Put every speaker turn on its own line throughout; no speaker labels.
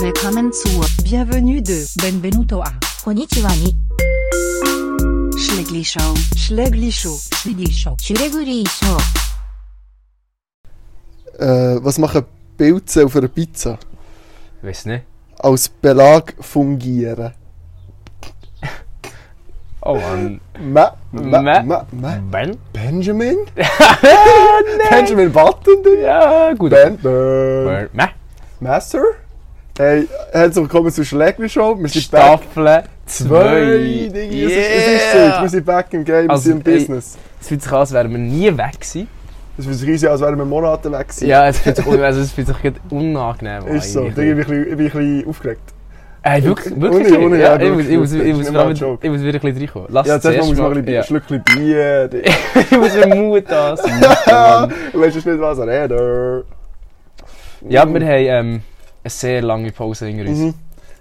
Willkommen zu
Bienvenue de Benvenuto a
Konnichiwa ni
Schlickli Show.
Schlägli Show. Schlägli Show.
Shureguri Show.
Äh, was machen Pilze auf einer Pizza?
Weiß nicht.
Als Belag fungieren.
Oh Mann.
Ma, ma,
Mä.
ma, ma.
Ben?
Benjamin? Benjamin Button? du?
Ja, gut.
Ben, ben.
Meh.
Master? Hey, herzlich willkommen zur Schlägli Show. Wir sind back.
Staffel 2.
Zwei Dinge. Es ist- Es ist Zeit. Wir sind back im Game.
Also,
wir sind im
ey.
Business.
Es fühlt sich an, als wären wir nie weg gewesen.
Es ist riesig, als wären wir Monate weg gewesen.
oh, Ja, es fühlt sich, un also, es fühlt sich gerade unangenehm an.
Ist so. Ich bin ein
irgendwie.
bisschen, ich bin ein bisschen aufgeregt.
Ey, wirklich?
Ohne-
wirklich
ohne, ja,
ja, ich muss, ich muss, ich
wirklich.
muss,
Nicht
ich
mal ein
muss,
Joke.
ich muss wieder ein bisschen reinkommen. Lass
Ja,
uns
zuerst mal muss
zuerst
ich mal ein bisschen-
ja.
ein Schlückchen Bier.
Ich muss mir Mut
Ja,
ansetzen.
Du weißt jetzt nicht, was er redet.
Ja, wir haben ähm, eine sehr lange Pause hinter uns.
Mhm.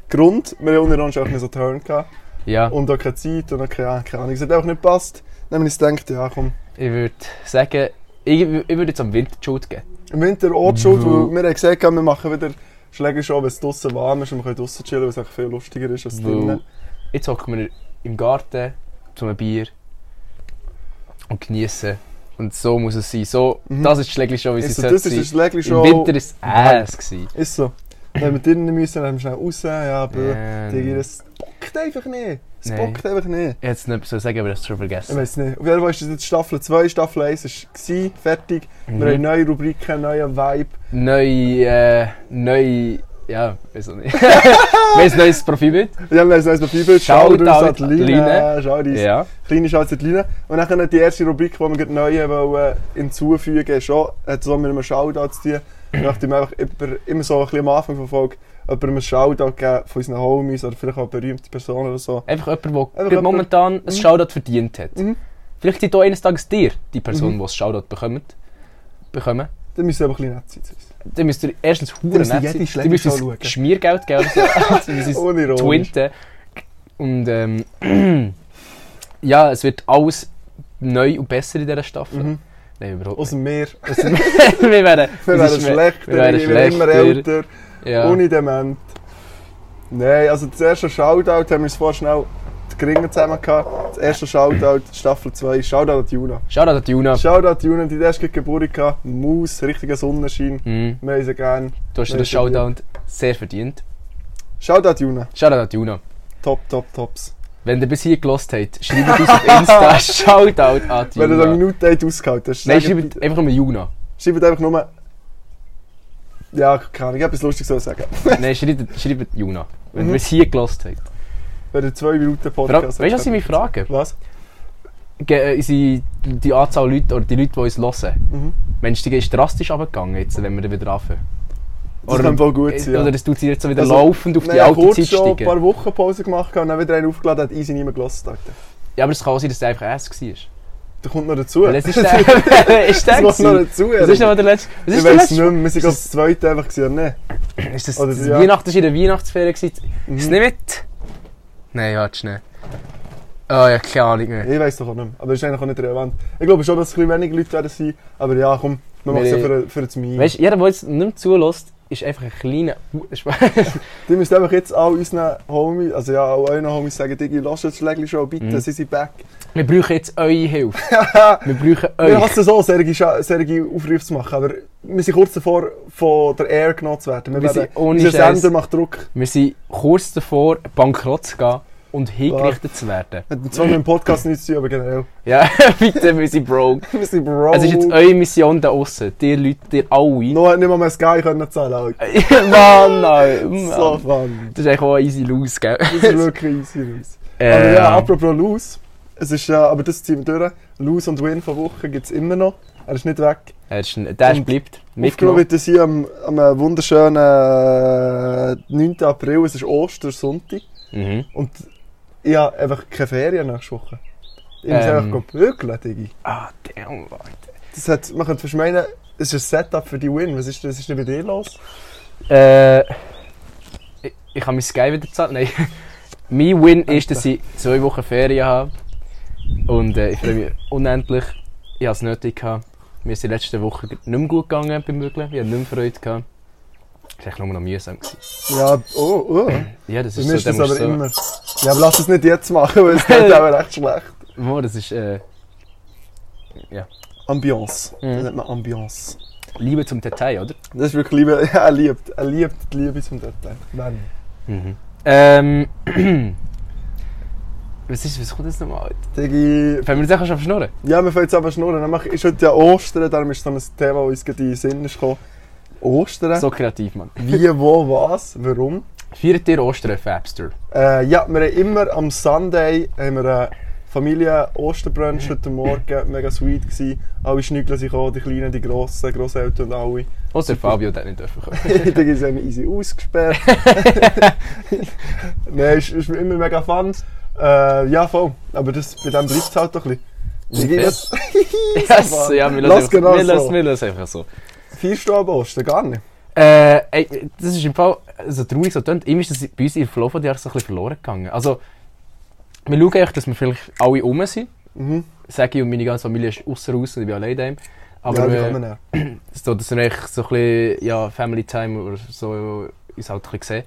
Grund, wir haben unter anderem auch nicht so Turn gehabt.
Ja,
Und auch keine Zeit und auch keine, keine Ahnung. Es hat auch nicht gepasst. Dann haben wir uns gedacht, ja komm.
ich würde sagen, ich, ich würde jetzt am Winter die Schuld geben.
Im Winter auch die schuld,
Wo-
weil wir haben gesagt, wir machen wieder Schlägershow, wenn es draußen warm ist und wir können draußen chillen, weil es eigentlich viel lustiger ist als
Weil
drinnen.
jetzt hocken wir im Garten zu einem Bier und genießen. Und so muss es sein. So,
Mhm.
Das ist die Schlägli Show, wie sie
Ist so,
sollte
das ist eine
sein.
Schlägershow.
Im Winter war es ass. gewesen.
Ist so. Dann haben wir drinnen müssen, dann haben wir schnell raus. Ja, bö.
Ähm,
Digi, das bockt einfach nicht. Das
Nein.
bockt einfach nicht.
Ich hätte es nicht so sagen, aber ich habe es schon
Ich
vergessen.
weiß nicht. Auf jeden Fall ist das jetzt Staffel 2, Staffel 1 war fertig.
Mhm.
Wir haben neue Rubriken, neuen Vibe.
Neu, äh, neu, ja, weiß auch nicht. Weiss neues Profilbild?
Ja, wir haben es noch Bibel. Schau,
Shoutout
du
Adeline.
Schau, dies.
Ja.
kleine Schalze kleine. Und dann haben die erste Rubrik, die wir gerade neu wollen, äh, hinzufügen wollen, schon, hat so mit einem Shoutout zu tun. Und Nachdem einfach über, immer so ein bisschen am Anfang von der Folge jemandem einen Shoutout geben von unseren Homies oder vielleicht auch berühmte Personen oder so.
Einfach jemand, der
jemand-
gerade momentan ein Shoutout verdient hat.
Mhm.
Vielleicht sieht auch eines Tages dir, die Person,
Mhm.
die ein Shoutout bekommt, bekommen.
Dann müssen wir aber ein bisschen nett sein zu uns.
Dann müsst ihr erstens hure nett
müssen jede
sein.
Schlägerschau
Dann müsst ihr
schauen. Oh
uns Schmiergeld geben oder so. Also,
Ohne Ironisch.
Twinten. Und ähm, ja, es wird alles neu und besser in dieser Staffel.
Mhm.
Nein, überhaupt
Aus
nicht.
dem Meer.
wir werden,
Wir
das
werden
ist mir-
schlechter,
wir werden
immer
schlechter.
älter,
Ja.
ohne Dement. Nein, also das erste Shoutout haben wir uns vorher schnell die Gringe zusammen gehabt. Das erste Shoutout, Staffel 2, Shoutout an Juna.
Shoutout an die Juna.
Shoutout Juna, die erste Geburt gehabt. Maus, richtiger Sonnenschein.
Mhm.
Wir haben sie gerne.
Du hast dir
Nein,
das
sehr gut.
Shoutout sehr verdient.
Shoutout Juna.
Shoutout an die Juna.
Top, top, tops.
Wenn ihr bis hier gelost habt, schreibt uns auf Insta Shoutout an die
Wenn ihr so eine
Juna.
Minute habt ausgehalten hast,
Nein,
sagt-
schreibt einfach nur Juna.
schreibt einfach nur... Ja, keine Ahnung, ich etwas Lustiges soll ich sagen.
Nein, schreibt, schreibt Juna. Wenn
Mhm.
ihr bis hier gelost habt.
Wenn ihr zwei Minuten
Vor allem,
Podcast
Weißt du, was ich mich frage?
Was?
Ge- äh, unsere- die Anzahl Leute oder die Leute, die uns hören.
Mhm.
Mensch, die ist drastisch abgegangen, jetzt, wenn wir wieder anfangen. Äh,
Das kann wohl gut sein, ja.
Oder das tut sie jetzt so wieder
Also,
laufend auf die
Nein,
alte
kurz
Zeit
schon ein
steigen.
paar Wochen Pause gemacht und dann wieder einen aufgeladen, hat easy niemand gelassen. dachte ich.
Ja, aber es kann auch sein, dass der einfach ass war.
Da kommt noch dazu.
Weil es ist der. ist der
das kommt noch
gewesen.
dazu.
Was ist noch der letzte? Was
ich weiß
ist der
nicht
letzte?
mehr, wir sind gerade das zweite einfach gesehen. Nein.
Ist das,
Oder-
das
ja. Mhm.
Weihnachten ist in der Weihnachtsferien? gewesen? Ist es nicht mit? Nein, warte schnell. Ah ja, keine Ahnung mehr.
Ich weiß doch auch nicht mehr. Aber das ist eigentlich auch nicht relevant. Ich glaube schon, dass es ein bisschen weniger Leute werden sein. Aber ja, komm, wir machen es ja
Wir-
für, für das Meme.
Weißt du, jeder, der jetzt nicht mehr zulässt, ist einfach ein kleiner. Spaß.
Die müssen einfach jetzt all unseren Homies, also ja, all euren Homies sagen, Digi, lass uns Schlägli schon, bitte,
Mhm.
sie sind back.
Wir brauchen jetzt eure Hilfe. Wir brauchen
Wir
euch.
hassen so, solche, Scha- solche Aufrufe zu machen, aber wir sind kurz davor, von der Air genommen zu werden. Wir
Wir
werden
sind ohne
unser
Scheiß.
Sender macht Druck.
Wir sind kurz davor, bankrott zu gehen und hingerichtet zu werden.
Hat zwar mit dem Podcast nichts zu tun, aber generell.
Ja, bitte, wir sind broke.
Wir sind Bro.
Es ist jetzt eure Mission da aussen. Ihr Leute, ihr alle.
Noch hat nicht mal mehr Sky können zahlen Alter.
Mann, nein.
So
Mann.
fun.
Das ist eigentlich auch ein easy Lose, gell?
Das ist wirklich easy. Raus. Aber
Äh,
ja, apropos Lose. Es ist, äh, aber das ziehen wir durch. Lose und Win von Woche gibt es immer noch. Er ist nicht weg.
er ist ein- der ist
Und
bleibt.
Aufgenommen
Mitgenommen.
wird das hier am, am äh, wunderschönen äh, 9. April. Es ist Ostersonntag.
Mhm.
Und ich habe einfach keine Ferien nächste Woche. Ich muss
Ähm.
einfach bügeln, Digi.
Ah, damn, Leute.
Das hat, man könnte fast meinen, es ist ein Setup für die Win. Was ist, was ist denn bei dir los?
Äh, ich, ich habe mein Sky wieder gezahlt. Nein. mein Win ist, dass ich zwei Wochen Ferien habe. Und äh, ich freue mich unendlich. Ich habe es nötig gehabt. Mir ist die letzte Woche nicht mehr gut gegangen beim Bügeln. Ich hatte nicht mehr Freude. Gehabt. Das war echt nur noch mühsam. Gewesen.
Ja, oh, oh.
Ja, das
Bei
ist
mir
so.
ist
dann
das
musst
aber
du so
immer. Ja, aber lass es nicht jetzt machen, weil es wird auch recht schlecht.
Mo, das ist äh,
Ambiance.
Mhm.
Das nennt man Ambiance.
Liebe zum Detail, oder?
Das ist wirklich Liebe. Ja, er liebt. Er liebt die Liebe zum Detail. Nein. Mhm.
Ähm. was ist, was kommt jetzt nochmal?
Digi,
Fangen wir jetzt einfach schon schnurren?
ja, wir fangen jetzt aber schnurren. Dann mach- ist heute ja Ostern, darum ist so ein Thema, das uns gerade in den Sinn ist gekommen. Ostern?
So kreativ, Mann.
Wie, wo, was, warum?
Feiert ihr Ostern, Fabster?
Äh, ja, wir haben immer am Sunday haben wir eine Familie
Mhm.
Osterbrunch heute Morgen, mega sweet gsi. Alle Schnügler sind gekommen, die Kleinen, die Grossen, Grosseltern und alle.
Außer Fabio, der hat nicht dürfen kommen.
Ich denke, sie haben easy ausgesperrt. Nein, es ist immer mega fun. Äh, ja, voll. Aber das, bei dem bleibt es halt doch ein bisschen. Digi, was-
yes, ja, wir lassen
Lass
einfach-
genau
wir lassen-
so.
wir lassen einfach so.
Feierst du am Ostern? Gar nicht.
Äh, ey, das ist im Fall so traurig, so tönt. Ihm ist das bei uns im Flow von Jahren so ein bisschen verloren gegangen. Also, wir schauen echt, dass wir vielleicht alle um sind.
Mhm.
Sag ich und meine ganze Familie ist außer raus und ich bin allein daheim.
Aber
Aber
ja,
äh,
wir kommen
so, dass wir echt so ein bisschen, ja, Family Time oder so uns halt ein bisschen sehen.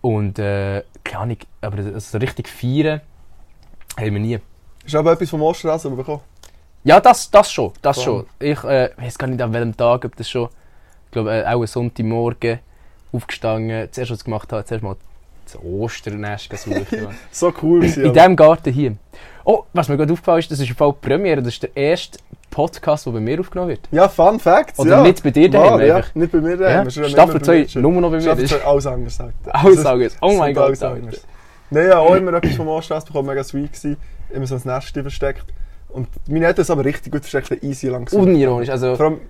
Und, äh, keine Ahnung, aber also so richtig feiern haben wir nie.
Hast du aber etwas vom Osteressen bekommen?
Ja, das, das schon, das
Voll.
schon. Ich äh, weiß gar nicht an welchem Tag, ob das schon, ich glaube, äh, auch am Sonntagmorgen aufgestanden, zuerst was ich gemacht habe, zuerst mal das Osternest gesucht. ja.
So cool war
In diesem Garten hier. Oh, was mir gerade aufgefallen ist, das ist im Fall die Premiere, das ist der erste Podcast, der bei mir aufgenommen wird.
Ja, Fun Facts.
Oder
ja.
nicht bei dir daheim,
Wahr, ja.
einfach.
Nicht bei mir
Ja,
daheim. Es ist immer
Staffel
bei
2,
mir.
nur noch bei mir.
Staffel
Das ist
2, alles anders. sagt er.
Alles
Das
anders. Oh
das
mein
ist
Gott,
alles
Alter.
anders. Nein, ja, auch immer etwas vom Anstrass bekommen, mega sweet gewesen. Immer so ein Nest versteckt. Und meine Eltern haben es aber richtig gut versteckt, haben easy lang gesucht.
unironisch. Also,
Vor allem,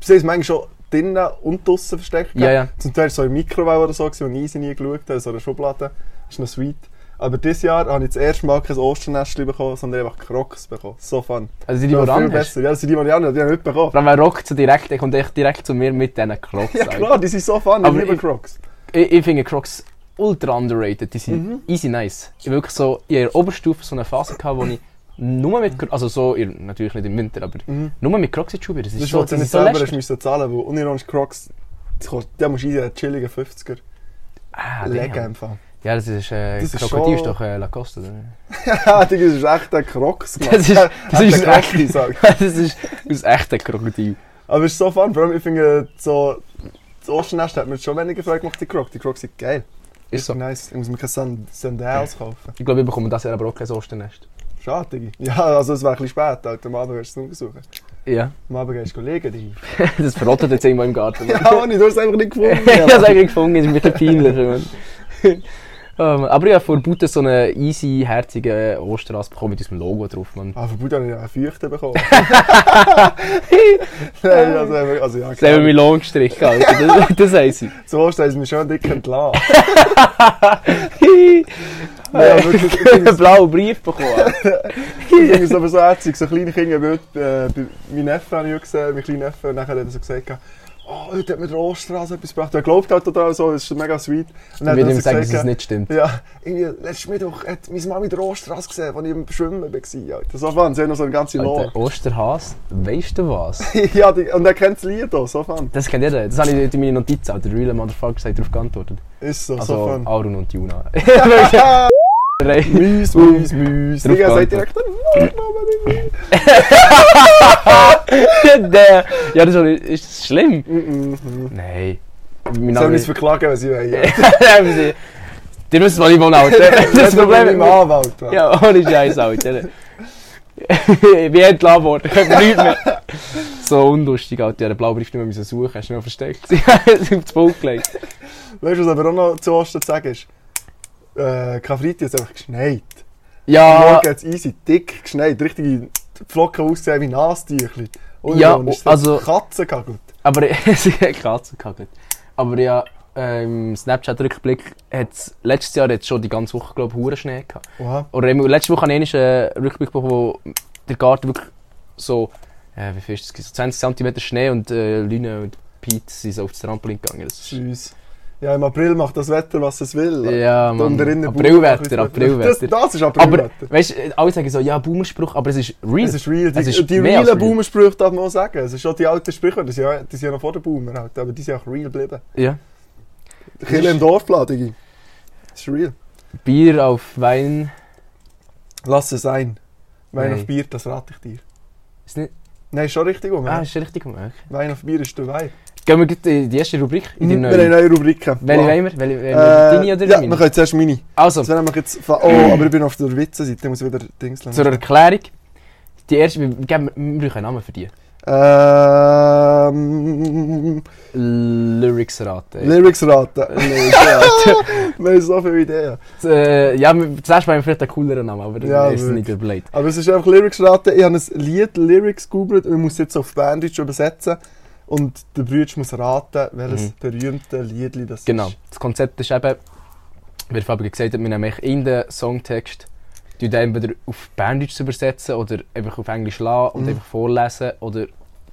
sie haben es manchmal schon drinnen und draussen versteckt.
Ja, ja.
Zum Teil so im Mikrowelle oder so, gewesen, wo ich easy nie geschaut habe, so eine Schublade. Das ist noch sweet. Aber dieses Jahr habe ich das erste Mal kein Osternest bekommen, sondern einfach Crocs bekommen. So fun.
also die, die
Ja,
du
viel
ran hast.
besser. Ja, das sind die, die ich anhabe, die habe ich nicht bekommen.
Vor allem, wenn Rock so direkt, der kommt echt direkt zu mir mit diesen Crocs.
Ja
Alter.
klar, die sind so fun, ich
Aber
liebe
ich-
Crocs.
Ich, ich finde Crocs ultra underrated. Die sind easy nice. Ich wirklich so in der Oberstufe so eine Phase gehabt, wo ich nur mit Crocs, also so, in- natürlich nicht im Winter, aber
Mhm.
nur mit Crocs in die Schule bin. Das ist
Das ist,
so,
was du
das
nicht
ist so
selber
lästig.
hast müssen zahlen, weil unironisch Crocs, das kostet- der musst du in einen chilligen 50er
Ah,
legen
damn.
einfach.
Ja, das ist, äh,
Das ist
Krokodil ist
schon-
doch äh, Lacoste, oder?
Ja, Digga, das ist echt ein Crocs, Mann.
Das ist- das
Hat
ist
der
ein
Crocs gesagt.
das ist aus echtem Krokodil.
Aber es ist so fun, vor allem, ich finde, so, das Osternest hat mir schon weniger Freude gemacht, die Crocs. Die Crocs sind geil.
Ist so.
Nice. Ich muss mir keine Sand- Sandals kaufen.
Ich glaube, ich bekomme das Jahr aber auch kein Osternest.
Schade, Digga. Ja, also es wäre ein bisschen spät, Alter. Am Abend wirst du es umgesuchen.
Ja.
Am Abend gehst du liegen, Digga.
Das verrottet jetzt irgendwo im Garten.
Ja, Mann, du hast es einfach nicht gefunden.
ich habe es eigentlich gefunden, ist ein bisschen peinlich. Mann. Ähm, aber ich habe vor Buten so einen easy, herzigen Osterhass bekommen mit unserem Logo drauf. Mann.
Ah, von Buddha habe ich einen Feuchten bekommen. Nein, also, also ja,
Das haben
klar.
wir Lohn gestrichen, Alter. Das, das heisst
So hast du es mir schon dick entlassen.
sie.
Ja, wirklich. Ich
Ich habe
finde
einen blauen Brief bekommen. Alter.
es aber so herzig. So kleine Kinder, wie heute, äh, bei- mein Neffe habe ich heute gesehen, mein kleiner Neffe, und nachher hat er so gesagt, oh, heute hat mir der Osterhase etwas gebracht. Er glaubt halt total so, das ist mega sweet. Und
Ich
dann
will
hat er
ihm
so
sagen, dass es
gesagt,
nicht stimmt.
Ja, irgendwie, letztes Mittwoch hat meine Mami den Osterhase gesehen, als ich im Schwimmen war. Alter. So fun, sie hat noch so eine ganze Lore.
Alter, Osterhass, weißt du was?
ja, die, und er kennt das Lied auch, so fun.
Das kennt jeder. Das habe ich in meinen Notizen, Alter. Der real Motherfucker hat darauf geantwortet.
Ist so,
Also
so fun.
Arun und Juna.
Müs, Müs, Müs.
Drauf
Digga, sagt direkt,
geantwortet.
nein, Mama, Digga.
Der- ja, das ist- ist das schlimm.
Mm, mm, mm.
Nein. Mein
Sollen wir
Name
uns verklagen, wenn sie wollen? ja.
ist. Die müssen mal nicht wohnen, Alter. Das
Das Problem
Problem
mit meinem Anwalt. Mann.
Ja, ohne Scheiß, Alter. ich bin entlassen worden, ich könnte nichts mehr. So unlustig, Alter. Den Blaubrief nicht mehr suchen, hast du noch versteckt. Sie haben es auf den Pult gelegt.
Weißt du, was aber auch noch zu Ostern zu sagen ist? Äh, Karfreitag ist einfach geschneit.
Ja,
Morgen hat es easy dick geschneit. Richtige Flocken aussehen wie Nastüchli. Und
Ja,
und ist
also-
das Katzenkackelt.
aber sie hat Katzen gekackt. Aber ja, ähm, Snapchat-Rückblick hat's, letztes Jahr hat schon die ganze Woche, glaube ich, Hurenschnee gehabt.
Oha.
Oder eben, letzte Woche habe ich einen Rückblick bekommen, wo der Garten wirklich so, äh, wie viel ist das? gewesen? So 20 cm Schnee und äh, Lina und Pete sind so auf das Trampolin gegangen. Das ist,
Tschüss. Ja, im April macht das Wetter, was es will.
ja, Mann.
Unter innen
Aprilwetter,
Bauch- Das,
Aprilwetter.
das ist
Aber,
Aprilwetter.
weißt du, alle sagen so, ja, Boomerspruch, aber es ist real.
Es ist real. Die,
Es ist
die
mehr als
realen
real.
Boomersprüche darf man auch sagen. Es ist schon die alten Sprüche, die sind ja, die sind ja noch vor den Boomer halt, aber die sind auch real geblieben.
Ja.
Die Kirche im Dorfplan, Digi. Das ist real.
Bier auf Wein.
Lass es sein. Wein
Nein.
auf Bier, das rate ich dir.
Ist nicht.
Nein, ist schon richtig um.
Ah, ist richtig gemacht.
Wein auf Bier ist der Wein.
Gehen wir gleich in die erste Rubrik, in die
Wir haben
neue.
neue Rubriken.
Welche
Wow.
wollen wir? Welche,
Äh,
welche, deine oder
ja,
meine?
wir können zuerst meine.
Also,
Das wäre nämlich jetzt... fa- Oh, aber ich bin auf der Witze-Seite, muss ich wieder Dings lassen.
zur Erklärung. Die erste, wir, wir, geben- wir brauchen einen Namen für die.
Ähm...
Lyrics raten.
Lyrics raten. wir haben so viele Ideen.
äh, ja, wir- zuerst mal vielleicht einen cooleren Namen, aber
Ja,
das ist
wirklich.
nicht überlegt.
Aber es ist einfach Lyrics raten. Ich habe ein Lied Lyrics gegoogelt und ich muss es jetzt auf Bandage übersetzen. Und der Brütsch muss raten, welches
Mhm.
berühmte Lied das
Genau.
ist.
Das Konzept ist eben, wie Fabi gesagt hat, wir nehmen eigentlich in den Songtext die den entweder auf Bandage zu übersetzen oder einfach auf Englisch lassen und
Mhm.
einfach vorlesen oder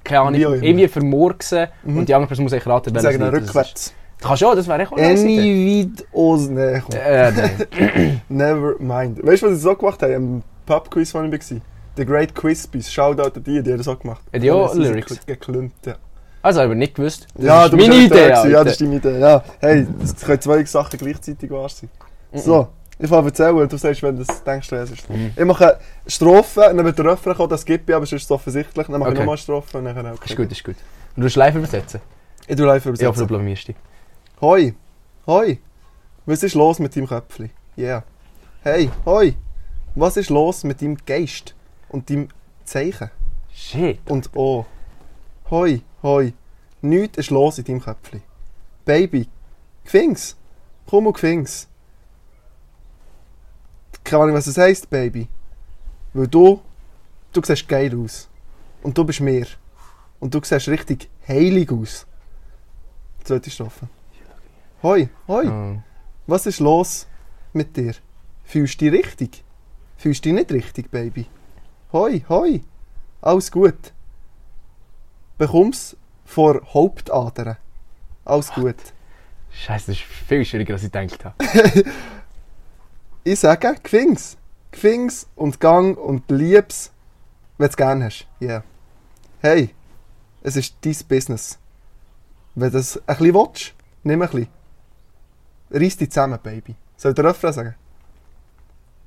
keine Ahnung,
Wie auch immer.
irgendwie vermurksen
Mhm.
und die andere Person muss eigentlich raten,
Ich
welches
sage dann
Lied das ist.
rückwärts.
Kannst du auch, das wäre echt auch
Any
nice.
vid os... Nee, komm.
Äh, nein.
Never mind. Weißt du, was ich so gemacht habe? Am Pub-Quiz, wo ich war. The Great Quizpies. Shoutout an die, die haben das auch gemacht.
Hat die auch
Haben sie
Lyrics?
gekl- Geklümpt, ja.
Also, aber nicht gewusst. Das
ja,
ist
du bist
meine
auch da
Idee.
gewesen. Ja,
Alter.
das ist deine Idee. Ja. Hey, es können zwei Sachen gleichzeitig wahr sein. So, ich fange erzählen und du sagst, wenn du das denkst, du es ist.
Mhm.
Ich mache Strophe, dann wird der Refrain kommen, das gibt ich, aber es ist so offensichtlich. Dann mache ich
Okay.
nochmal Strophe und dann okay.
Ist gut, ist gut. Und du hast live übersetzen.
Ich tu live
Ich hoffe, du
übersetzen.
blamierst dich.
hoi, hoi, was ist los mit deinem Köpfli? Yeah. Hey, hoi, was ist los mit deinem Geist und deinem Zeichen?
Shit.
und O. Hoi, hoi, nichts ist los in deinem Köpfli. Baby, gefings, komm und gefings. Keine Ahnung, was es heisst, Baby. Weil du, du siehst geil aus. Und du bist mir. Und du siehst richtig heilig aus. Zweite Strophe. Hoi, hoi.
Ähm,
Was ist los mit dir? Fühlst du dich richtig? Fühlst du dich nicht richtig, Baby? Hoi, hoi. Alles gut. Bekommst vor Hauptadern. Alles gut.
Scheiße, das ist viel schwieriger, als ich gedacht habe.
Ich sage, gefings. Gefings und gang und lieb's, wenn du's gern hast. Yeah. Hey, es ist dein Business. Wenn du es ein bisschen willst, nimm ein bisschen. Reiss dich zusammen, Baby. Soll ich den Refrain sagen?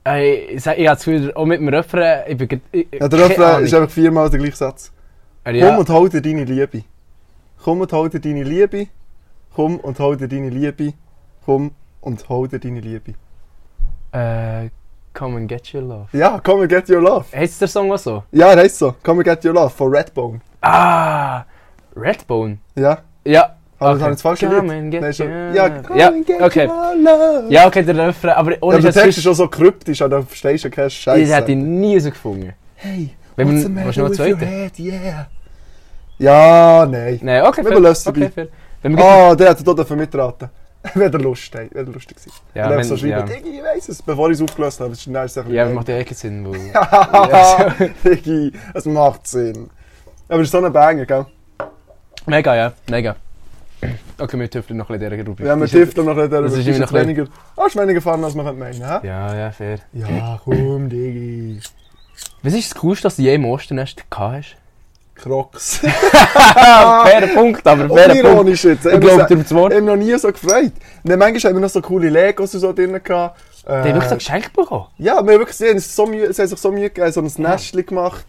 Ey, ich, sag- ich habe das Gefühl, auch mit dem Refrain, ich bin... grad- Ich,
Ja, der Refrain ist
ja...
einfach viermal der gleiche Satz. Komm
ja.
und hol dir deine Liebe. Komm und hol dir deine Liebe. Komm und hol dir deine Liebe. Komm und hol dir deine Liebe.
Äh, come and get your love.
Ja, come and get your love.
Heißt der Song auch so?
Ja, er heisst so. Come and get your love von Redbone.
Ah, Redbone.
Ja.
Ja.
Aber
okay.
das habe ich das falsche
Come
Lied.
and get
Nein, schon-
your
Ja,
love.
come
Ja,
and get
okay.
your love.
Ja, okay, der Refrain, aber
Ja,
ohne
aber der
dass
Text ist schon so kryptisch, also da verstehst du ja keine
Das hätte
Scheiße.
ich nie so gefunden.
Hey,
Wenn
what's
man-
the
willst du noch
matter
einen
with your
zweiten?
head? Yeah. Ja, nein.
Nein, okay,
Wir
fair.
belassen
okay,
dabei.
fair. Wenn wir...
Ah, der hat hier mitraten Wenn der Lust hat, wenn der lustig ist.
Ja,
wenn,
wenn-
so schreiben,
ja.
Digi, ich weiss es, bevor ich es aufgelöst habe. Das ist schnell ein
Ja, macht ja eh keinen Sinn, wo...
Haha, Digi, es macht Sinn. Aber es ist so ein Banger, gell?
Mega, ja, mega. Okay, wir dürfen noch ein bisschen in dieser Rubrik.
Wir haben einen
Die ist-
Tiftel noch nicht, aber
das
es
ist
ist
immer
jetzt
noch ein
weniger, ah, ist weniger Fun, als man könnte meinen hä?
Ja, ja, fair.
Ja, komm, Digi.
Was ist das Coolste, das du je im Osternest gehabt hast?
Crocs.
Ah, Fairer Punkt, aber fairer Punkt.
Unironisch jetzt.
Ich glaube dir das
Ah. Oh, Ich
Wort.
habe mich noch nie so gefreut. Nein, manchmal haben wir noch so coole Legos und so drin gehabt.
Der
Äh,
hat wirklich so ein Geschenk bekommen.
Ja, wir haben wirklich gesehen, es, ist so Mühe, es hat sich so Mühe gegeben, so ein Nestchen gemacht.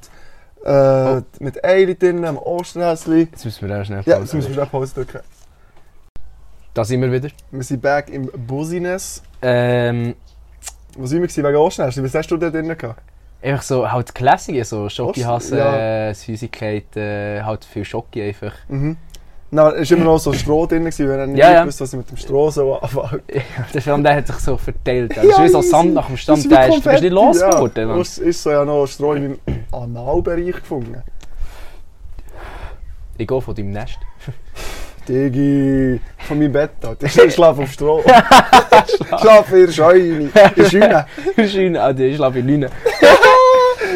Äh,
Oh.
Mit Eilen drin, einem Osterhäschen.
Jetzt müssen wir auch schnell
Ja,
Pause
jetzt müssen
machen.
wir auch Pause drücken.
Da sind wir wieder.
Wir sind back im Business.
Ähm,
Wo sind wir gewesen? wegen Osterhäschen? Was hast du da drin gehabt?
einfach so, halt Klassiker, so Schoki
Ost-
hassen,
ja.
äh, Süßigkeiten, äh, halt viel Schoki einfach.
Mhm. Nein, es war immer noch so Stroh drin, gewesen, wir haben nicht
Ja, ja.
gewusst, was ich mit dem Stroh so anfangen.
der Film, der hat sich so verteilt. Das ist wie so
easy.
Sand nach dem
Das
Stamm,
ist wie
der ist, du bist
Konfetti,
nicht losgeworden.
Ja.
Mann.
Es ist so ja noch Stroh in meinem Analbereich gefunden.
Ich gehe von deinem Nest.
Digi, von meinem Bett da. Ich schlafe auf Stroh. schlafe in der Scheune. In der Scheune.
Schön, Alter, ich schlafe in Lüne.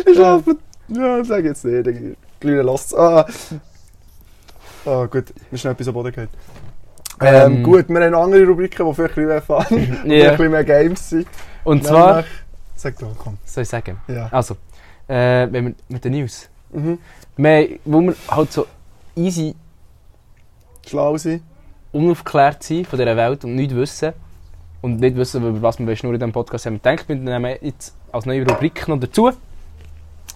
Ich schlafe... Ja, sag jetzt nicht, Digi. Kleine Last. Ah. Ah, gut. Mir ist noch etwas am Boden gehabt. Ähm,
Ähm.
gut, wir haben noch andere Rubriken, die vielleicht ein bisschen mehr Fun und
Ja.
ein bisschen mehr Games sind.
Und zwar,
Nämlich- Sag doch, komm.
soll ich sagen?
Ja.
Also, äh, wenn wir mit den News.
Mhm.
Wir, haben- wo wir halt so easy
Schlau sein.
unaufgeklärt sind von dieser Welt und nichts wissen und nicht wissen, über was wir nur in diesem Podcast haben gedacht, wir nehmen jetzt als neue Rubrik noch dazu,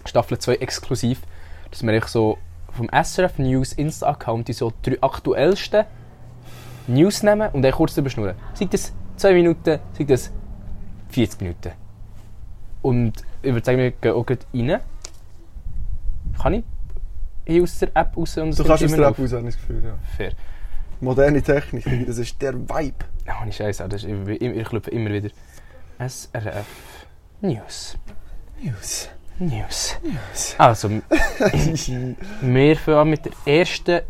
Staffel 2 exklusiv, dass wir euch so vom SRF News Insta-Account die so drei aktuellsten News nehmen und dann kurz drüber schnurren. Sei das 2 Minuten, sei das 40 Minuten. Und ich würde sagen, wir gehen auch gleich rein. Kann ich? Hier aus der App raus und es
Du
kommt
kannst aus
immer
der
noch
App raus, habe ich das Gefühl. Ja.
auf. Fair.
Moderne Technik, Digga, das ist der Vibe.
Ja, oh, Scheiße, das ist, ich, ich, ich klopfe immer wieder. SRF News.
News.
News. Also, m- wir fangen an mit der ersten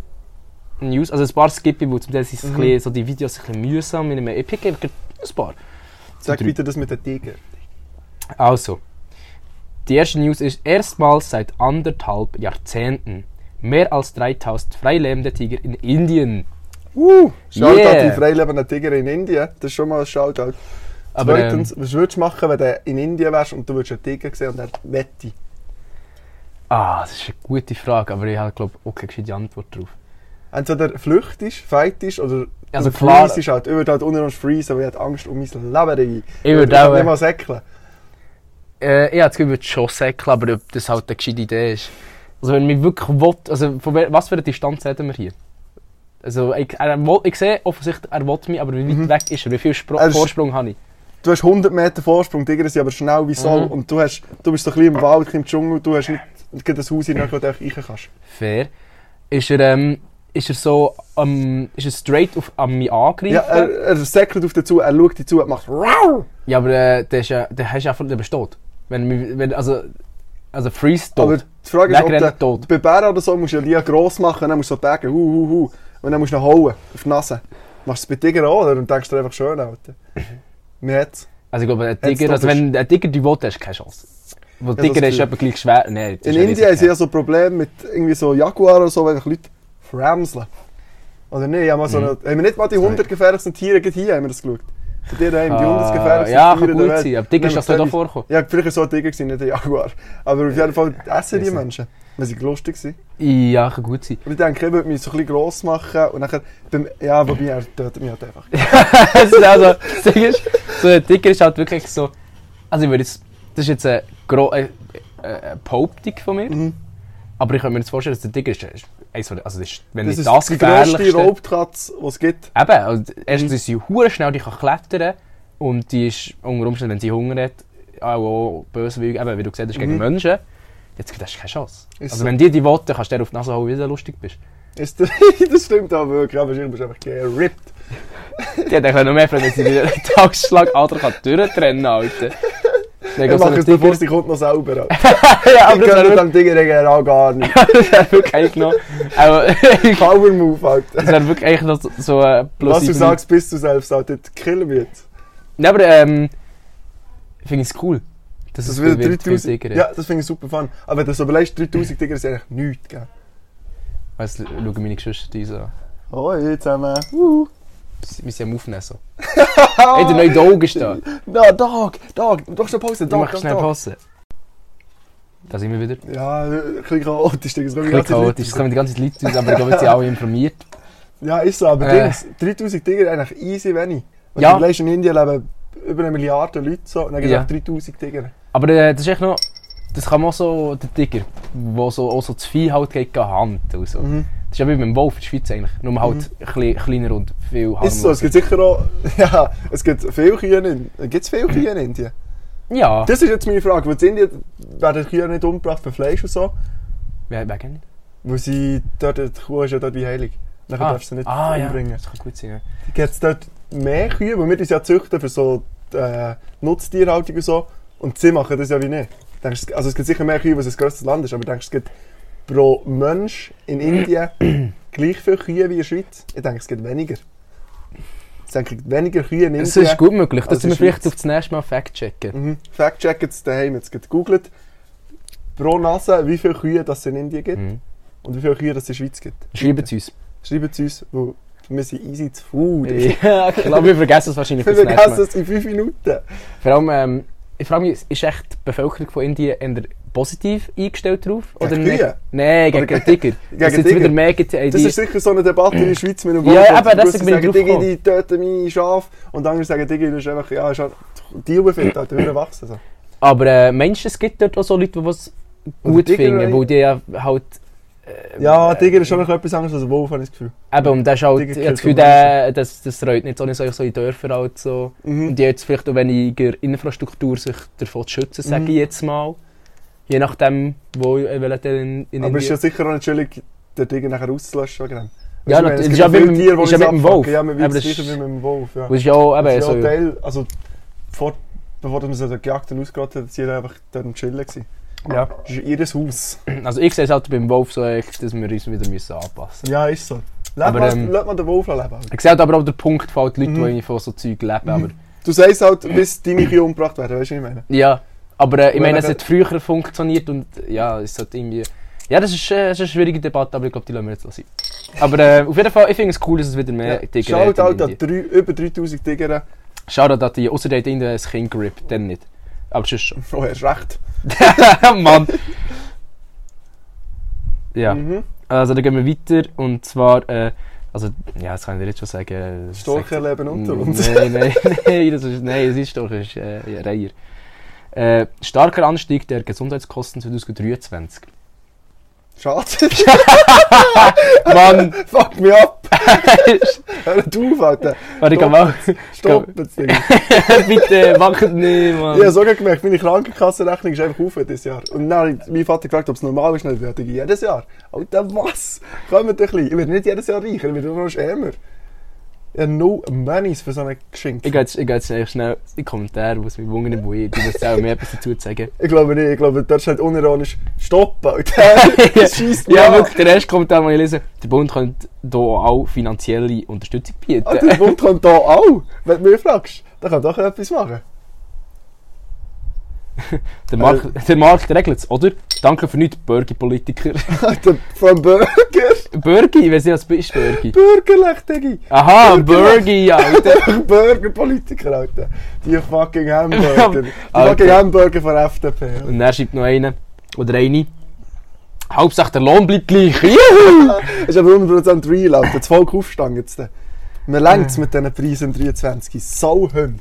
News. Also ein paar skippe ich, weil zum Teil sind es ein
Mhm.
bisschen, so die Videos ein bisschen mühsam. Ich nehme- Ich picke einfach gerade ein paar.
Sag
drei.
weiter das mit den Tiger.
Also, die erste News ist erstmals seit anderthalb Jahrzehnten mehr als 3000 freilebende Tiger in Indien.
Uh, Shoutout
Yeah.
an die freilebenden Tiger in Indien. Das ist schon mal ein Shoutout.
Aber, ähm,
Zweitens, was würdest du machen, wenn du in Indien wärst und du würdest einen Tiger sehen und er wette?
Ah, das ist eine gute Frage, aber ich habe glaube auch keine gescheite Antwort drauf.
Entweder flüchtest, fightest oder
Also
du
klar-
freezest halt. Ich würde halt unter uns freezen, weil ich hätte Angst um mein Leben.
Ich würde
kann
auch,
nicht
äh,
mal säckeln.
Äh, ich habe das Gefühl, ich würde schon säckeln, aber ob das halt eine gescheite Idee ist. Also wenn man wirklich will, also von wer, was für eine Distanz hätten wir hier? Also ich, er, will, ich sehe offensichtlich, er will mich, aber wie weit weg ist er? Wie viel Spr
Mhm. Er ist-
Vorsprung habe ich?
Du hast 100 Meter Vorsprung, die Tiger sind aber schnell wie Sau.
Mhm.
Und du, hast, du bist so ein bisschen im Wald, ein bisschen im Dschungel, du hast nicht gerade das Haus hinein, wo du einfach rein kannst.
Fair. Ist er, ähm, ist er so, ähm, ist er straight auf, an mich angreifen?
Ja, äh, er, er säckelt auf dich zu, er schaut dich zu und macht Rau!
Ja, aber äh, der, ist, ja- der hast ja einfach der bist tot. Wenn, wir- wenn, also, also Freeze tot.
Aber die Frage ist, ob
Wegrennen
der,
tot.
bei Bären oder so musst du ja Lia gross machen, dann musst du so packen, hu hu hu. Und dann musst du noch hauen, auf die Nase. Machst du es bei Tiger auch, oder? Und denkst dir einfach schön, Alter. Mir hat's.
Also ich glaube, ein
Wenn's
Tiger,
tot
also wenn ein Tiger die will, hast du keine Chance. Weil
Ja,
Tiger
das
ist
Gefühl.
etwa gleich schwer. Nein, das
In
ist
Indien
ein
haben sie
riesiger-
ja so Probleme mit irgendwie so Jaguar oder so, wenn einfach Leute framseln. Oder nicht? Haben wir,
Mhm.
so eine, haben wir nicht mal die 100 gefährlichsten Tiere gerade hier, haben wir das geschaut? Bei dir daheim, die 100
Ah,
gefährlichsten
ja,
Tiere
kann
der
gut
Welt.
sein, aber Tiger ist das
Nehmen wir
nicht auch vorgekommen.
Ja, früher so ein Tiger gewesen, nicht ein Jaguar. Aber auf jeden Fall essen die
Weiss nicht.
Menschen. Weil sie lustig sind.
Ja, kann gut sein.
Und ich denke, ich würde mich so ein bisschen gross machen und nachher... Beim, ja, wobei, er tötet mich halt einfach.
Es ist also, das Ding ist, so ein Tiger ist halt wirklich so. Also ich würde jetzt, das ist jetzt eine, gro äh, äh, eine Behauptung von mir.
Mhm. Aber
Aber ich könnte mir jetzt vorstellen, dass der Tiger ist, ist eins von, den- also das ist, wenn
das
nicht
ist
das
die grösste Mhm.
gefährlichste.
Raubkatze, die es gibt.
Eben, also erstens ist sie hure schnell, die kann klettern und die ist unter Umständen, wenn sie Hunger hat, auch, auch böswillig, eben, wie du gesagt hast, gegen
Mhm.
Menschen. Jetzt hast du keine Chance.
Ist
also
so.
wenn die die wollen, kannst du dir auf die Nase hauen, wie du lustig bist.
Ist das, das stimmt auch wirklich, aber ich bin einfach gerippt.
Die hat eigentlich noch mehr Freude, wenn sie wieder einen Tagsschlagader kann durchtrennen kann, Alter. Dann
Ich
gibt's noch
mache es
einen
der
Tiger-
Bus, die kommt noch selber.
Ja,
Ich
aber das
gehöre
wäre
mit dem Ding eigentlich auch gar nicht.
wirklich eigentlich noch... Aber das
Power Move, Alter.
wäre wirklich eigentlich noch so, so äh, ein
Was du
plausible-
sagst, bist du selbst, Alter. Die killen mich jetzt.
Ja, aber ähm... Finde ich es cool. Dass
Das
es
wird
viel- viel
3000.
Tiger hat.
Ja, das finde ich super fun. Aber wenn du so überlegst, 3000 Digger ist eigentlich nichts, gell?
Weißt du, schauen meine Geschwister die so.
Hoi zusammen.
Sie- Wir sind am Aufnehmen so. Hey, der neue Dog ist da.
Na, Ah. Dog, Dog, du darfst noch Pause,
Du
Dog,
machst
Dog,
schnell
Dog.
Pause. Da sind wir wieder.
Ja, ein bisschen chaotisch, Digga. Es kommen die ganze Zeit Leute
Ein bisschen chaotisch, es kommen die ganze Zeit Leute raus, aber ich glaube, jetzt sind alle informiert.
Ja, ist so, aber
Äh.
Dings, 3000 Tiger eigentlich easy wenig. Wenn
Ja.
du überlegst, in Indien leben über eine Milliarde Leute so, und dann gibt es
Ja.
auch 3000 Tiger.
Aber äh, das ist echt noch. Das kann man auch so, der Tiger, der so, auch so das Vieh halt gegen Hand und so.
Mhm.
Das ist ja wie beim Wolf in der Schweiz eigentlich, nur halt kle- kleiner und viel harmloser.
Ist so, es gibt sicher auch, ja, es gibt viele Kühe in Indien. Gibt es viele Kühe in Indien?
Ja,
Das ist jetzt meine Frage, weil in Indien werden die Kühe nicht umgebracht für Fleisch und so,
wer, wer kennt ihn?
weil sie dort, die Kuh ist ja dort wie heilig. Dann darfst du sie nicht
ah,
umbringen.
Ja, das kann gut sein. Ja.
Gibt es dort mehr Kühe, weil wir das ja züchten für so äh, Nutztierhaltung und so, und sie machen das ja wie nicht. Denkst, du, also es gibt sicher mehr Kühe, weil es ein grösseres Land ist, aber denkst du, es gibt pro Mensch in Indien gleich viele Kühe wie in der Schweiz? Ich denke, es gibt weniger. Ich denke, es gibt weniger Kühe in Indien.
Das ist gut möglich, das
Also
müssen wir
in der
vielleicht auf das nächste Mal fact-checken.
Mhm. Fact-check jetzt daheim, jetzt geht googelt pro Nase, wie viele Kühe das es in Indien gibt
Mhm.
und wie viele Kühe das es in der Schweiz gibt.
Schreiben Sie uns.
Schreibt es uns, weil wir sind easy zu faul. Ich
Ja, ich glaube, wir vergessen es wahrscheinlich fürs nächste
vergesse
Mal.
es in 5 Minuten.
ehm, Vor allem, ähm, ich frage mich, ist echt die Bevölkerung von Indien eher positiv eingestellt drauf?
Gegen
neg-
Kühe?
Nein, gegen
Oder
den Tiger. Das ist jetzt
Tiger?
wieder mehr... get- Ey,
Das
die-
ist sicher so eine Debatte in der Schweiz mit einem
Ja,
Wolf, wo
eben,
die
deswegen
Russen
bin ich
sagen,
drauf
Digi, die töten meine Schafe. Und andere sagen, Digi, das ist einfach, ja, ist halt die Ubenfeld, Alter, wir wachsen so.
Aber äh, Menschen, es gibt dort auch so Leute, die was gut
Tiger,
finden,
ey.
weil die ja halt...
Ja, Tiger
äh,
ist schon noch etwas anderes als ein Wolf, habe ich das Gefühl.
Eben, und das ist halt...
Tiger killt
Ich habe das Gefühl,
so Menschen.
der, das, das reut nicht so, nicht so, so in Dörfern halt so... Und
Mhm.
die haben jetzt vielleicht auch weniger Infrastruktur, sich davon zu schützen, sage
Mhm.
ich jetzt mal. Je nachdem, wo äh, welcher in, in
Aber es ist ja
Indien...
sicher auch nicht schwierig, den Tiger nachher auszulöschen. wegen dem.
Ja,
Weißt du,
natürlich,
es
ist
gibt
ja
auch
wie
viele
mit-
Tiere, die
ist ja
uns
mit dem
abfucken.
Wolf.
Ja, mit,
Aber
aber
das
das sicher
ist-
wie mit dem Wolf, ja.
Wo ist ja auch eben
Das ist ja
so...
auch Teil, also vor, bevor man so gejagt und ausgerottet hat, sind sie einfach dort am Chillen. gewesen.
Ja.
Das ist ihr Haus.
Also ich sehe es halt beim Wolf so echt, dass wir uns wieder müssen anpassen müssen.
Ja, ist so. Lebt
Aber,
man,
ähm,
lässt man den Wolf leben. Alter.
Ich sehe halt aber auch den Punkt, fällt Leute,
Mhm.
die von so Zeug leben. Aber,
Du sagst halt, bis deine Kinder umgebracht werden, weißt du, was ich meine?
ja, aber äh, ich
Weil
meine, es
dann-
hat früher funktioniert und ja, es hat irgendwie... Ja, das ist, äh, das ist eine schwierige Debatte, aber ich glaube, die lassen wir jetzt sein. Aber äh, auf jeden Fall, ich finde es cool, dass es wieder mehr Tiger
Schaut
hat in
halt an
Indien.
drei, über 3000 Tiger.
Shoutout an die, außer der hat Indien ein Kind gerippt, dann nicht. Aber sonst schon.
Oh, er ist recht.
Mann! Ja,
Mhm.
also dann gehen wir weiter und zwar... Äh, also, ja, das kann ich dir jetzt schon sagen. äh,
Storchen leben unter uns.
Nein, nein, nein, das ist, nein, es ist doch es ist, äh, ja, Reier. Äh, starker Anstieg der Gesundheitskosten 2023.
Schade.
Mann,
Fuck mich ab. Hör auf, Alter.
warte, ich kann mal.
Stopp jetzt. Ding.
Bitte, macht nicht,
Ich habe
Mann.
sogar gemerkt, meine Krankenkassenrechnung ist einfach auf dieses Jahr. Und dann hat mein Vater gefragt, ob es normal ist. Und ich dachte, jedes Jahr. Alter, was? Kommt ein bisschen. Ich werde nicht jedes Jahr reicher, ich werde nur noch schämer. Ich habe no Monies für so einen Geschenk.
Ich gehe jetzt, ich gehe jetzt eigentlich schnell in die Kommentare, wo es mich wundert, wo ich die das auch mehr etwas dazu zu sagen.
Ich glaube nicht, ich glaube, dort steht unironisch Stopp, Alter. Das scheisst mich
ja,
an.
wirklich, der erste Kommentar, den ich lese. Der Bund könnte hier auch finanzielle Unterstützung bieten.
Alter, der Bund kommt hier auch. Wenn du mich fragst, dann kann doch etwas machen.
Der
Äh.
Markt, der Markt regelt es, oder? Danke für nichts, Bürgerpolitiker.
Alter, vom Burger.
Bürger, ich weiß nicht, was ist Bürger.
Bürgerlich, Digi.
Aha,
Bürger.
Bürger, Alter.
Burgerpolitiker, Alter. Die fucking Hamburger. Die
Alter.
fucking Hamburger von FDP. Alter.
Und dann schreibt noch einer oder eine. Hauptsache der Lohn bleibt gleich. Juhu!
Das ist aber 100% real, Alter. Das Volk aufstanden jetzt. äh. Man lenkt es mit diesen Preisen im 23. So Hund.